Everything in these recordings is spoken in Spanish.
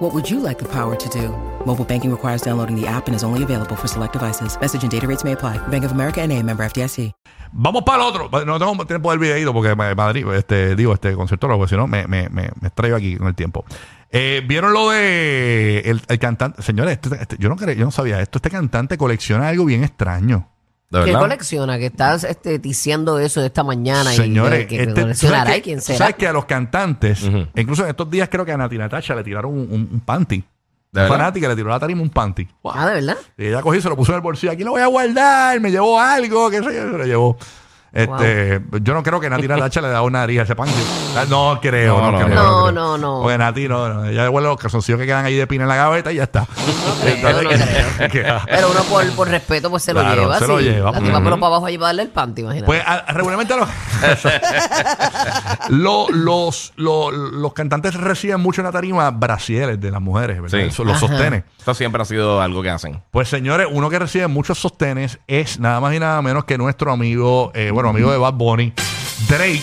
What would you like the power to do? Mobile banking requires downloading the app and is only available for select devices. Message and data rates may apply. Bank of America and a member FDIC. Vamos para el otro. No tengo tiempo del videíto porque me- Madrid, este, digo, este concierto, porque si no me, me, me, me estrello aquí con el tiempo. Eh, ¿Vieron lo de el, el cantante? Señores, este- este- yo, no cre- yo no sabía esto. Este cantante colecciona algo bien extraño. ¿De ¿Qué verdad? colecciona? Que estás este, diciendo eso esta mañana. Señores, y, eh, que este- coleccionará ¿sabes y que- quién será. ¿sabes que a los cantantes, Ujú. incluso en estos días creo que a Nati Natacha le tiraron un, un- un panty. ¿De verdad? Fanática le tiró a la tarima un panty. Wow. Ah, ¿de verdad? Y ella cogió y se lo puso en el bolsillo. Aquí lo voy a guardar. Me llevó algo. Que sé yo, se lo llevó. Este, Yo no creo que Nati Natacha le da una nariz a ese panty. Ah, No creo, no, No, no, creo. no. creo. No, no, no. Porque Nati, no, no. Ella devuelve los calzoncillos que quedan ahí de pina en la gaveta y ya está. eh, creo, no Queda- Pero uno por, por respeto pues se lo Claro, lleva. se lo sí. lleva, La pues. tipa por lo para abajo a llevarle el panty, imagínate. Pues a- regularmente los, Lo- los, lo- los cantantes reciben mucho en la tarima brasieres de las mujeres, ¿verdad? Sí. Eso, los Ajá. sostenes. Esto siempre ha sido algo que hacen. Pues señores, uno que recibe muchos sostenes es nada más y nada menos que nuestro amigo, eh, bueno, amigo de Bad Bunny, Drake.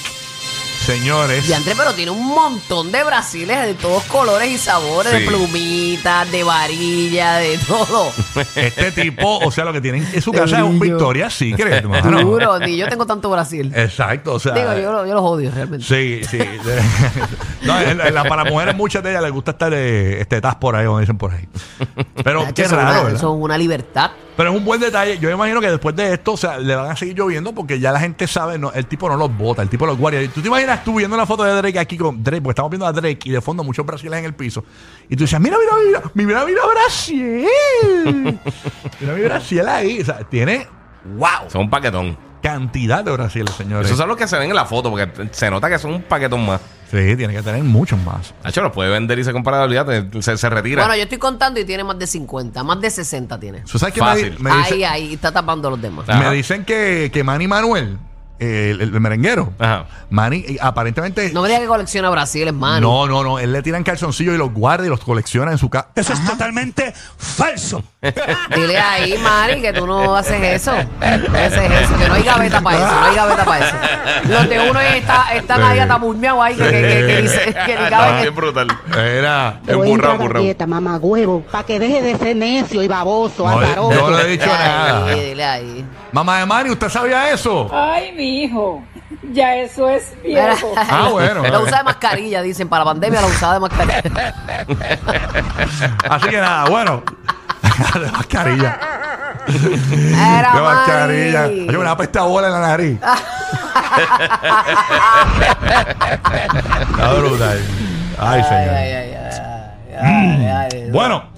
Señores, Y André, pero tiene un montón de brasiles de todos colores y sabores, de Sí. plumitas, de varilla, de todo. este tipo, o sea, lo que tienen en su casa es un brillo. Victoria Secret, hermano. Juro, ni yo tengo tanto brasil. Exacto, o sea. Digo, yo, lo- yo los odio realmente. Sí, sí. no, en- en la- para mujeres, muchas de ellas les gusta estar eh, este, tas por ahí, como dicen por ahí. Pero Nacho, qué eso es raro, una- ¿verdad? Eso es una libertad. Pero es un buen detalle. Yo imagino que después de esto, o sea, le van a seguir lloviendo porque ya la gente sabe, no, el tipo no los bota, el tipo los guardia. ¿Tú te imaginas tú viendo una foto de Drake aquí con Drake? Porque estamos viendo a Drake y de fondo muchos brasileños en el piso. Y tú dices, mira, mira, mira, mira, mira, Brasil. Mira mi Brasil ahí. O sea, tiene, wow, Son un paquetón. cantidad de Brasil, señores. Esos son los que se ven en la foto, porque t- se nota que son un paquetón más. Sí, tiene que tener muchos más. Hacho, los puede vender y se compra la habilidad, te- se, se retira. Bueno, yo estoy contando y tiene más de 50, más de 60 tiene. ¿Tú sabes que Fácil. me, di- me dice- ahí, ah. ahí, está tapando a los demás. Ajá. me dicen que, que Manny Manuel, eh, el, el merenguero, Ajá. Manny, eh, aparentemente... No me digas que colecciona brasiles, mano. No, no, no. Él le tiran calzoncillos y los guarda y los colecciona en su casa. Eso es totalmente falso. Dile ahí, Mari, que tú no haces eso. No haces eso, que no hay gaveta para eso, no hay gaveta para eso. Los de uno está, están ahí ataburmeados ahí, que, que, que, que ni se- que ni Ah, caben. bien brutal. Era. Te Es voy a burrao, entrar a burrao. dieta, mamá huevo, para que deje de ser necio y baboso, No, azaroso. yo no he dicho Dile nada. ahí, dile ahí. Mamá de Mari, ¿usted sabía eso? Ay, mi hijo, ya eso es Mira, viejo. Ah, bueno. Mm. La usada de mascarilla, dicen, para la pandemia la usada de mascarilla. Así que nada, bueno. de mascarilla. Era de mascarilla. Mari. Yo me la pesta bola en la nariz. Está brutal. Ay, Ay, señor. ay, ay, ay, ay, ay, ay. Bueno,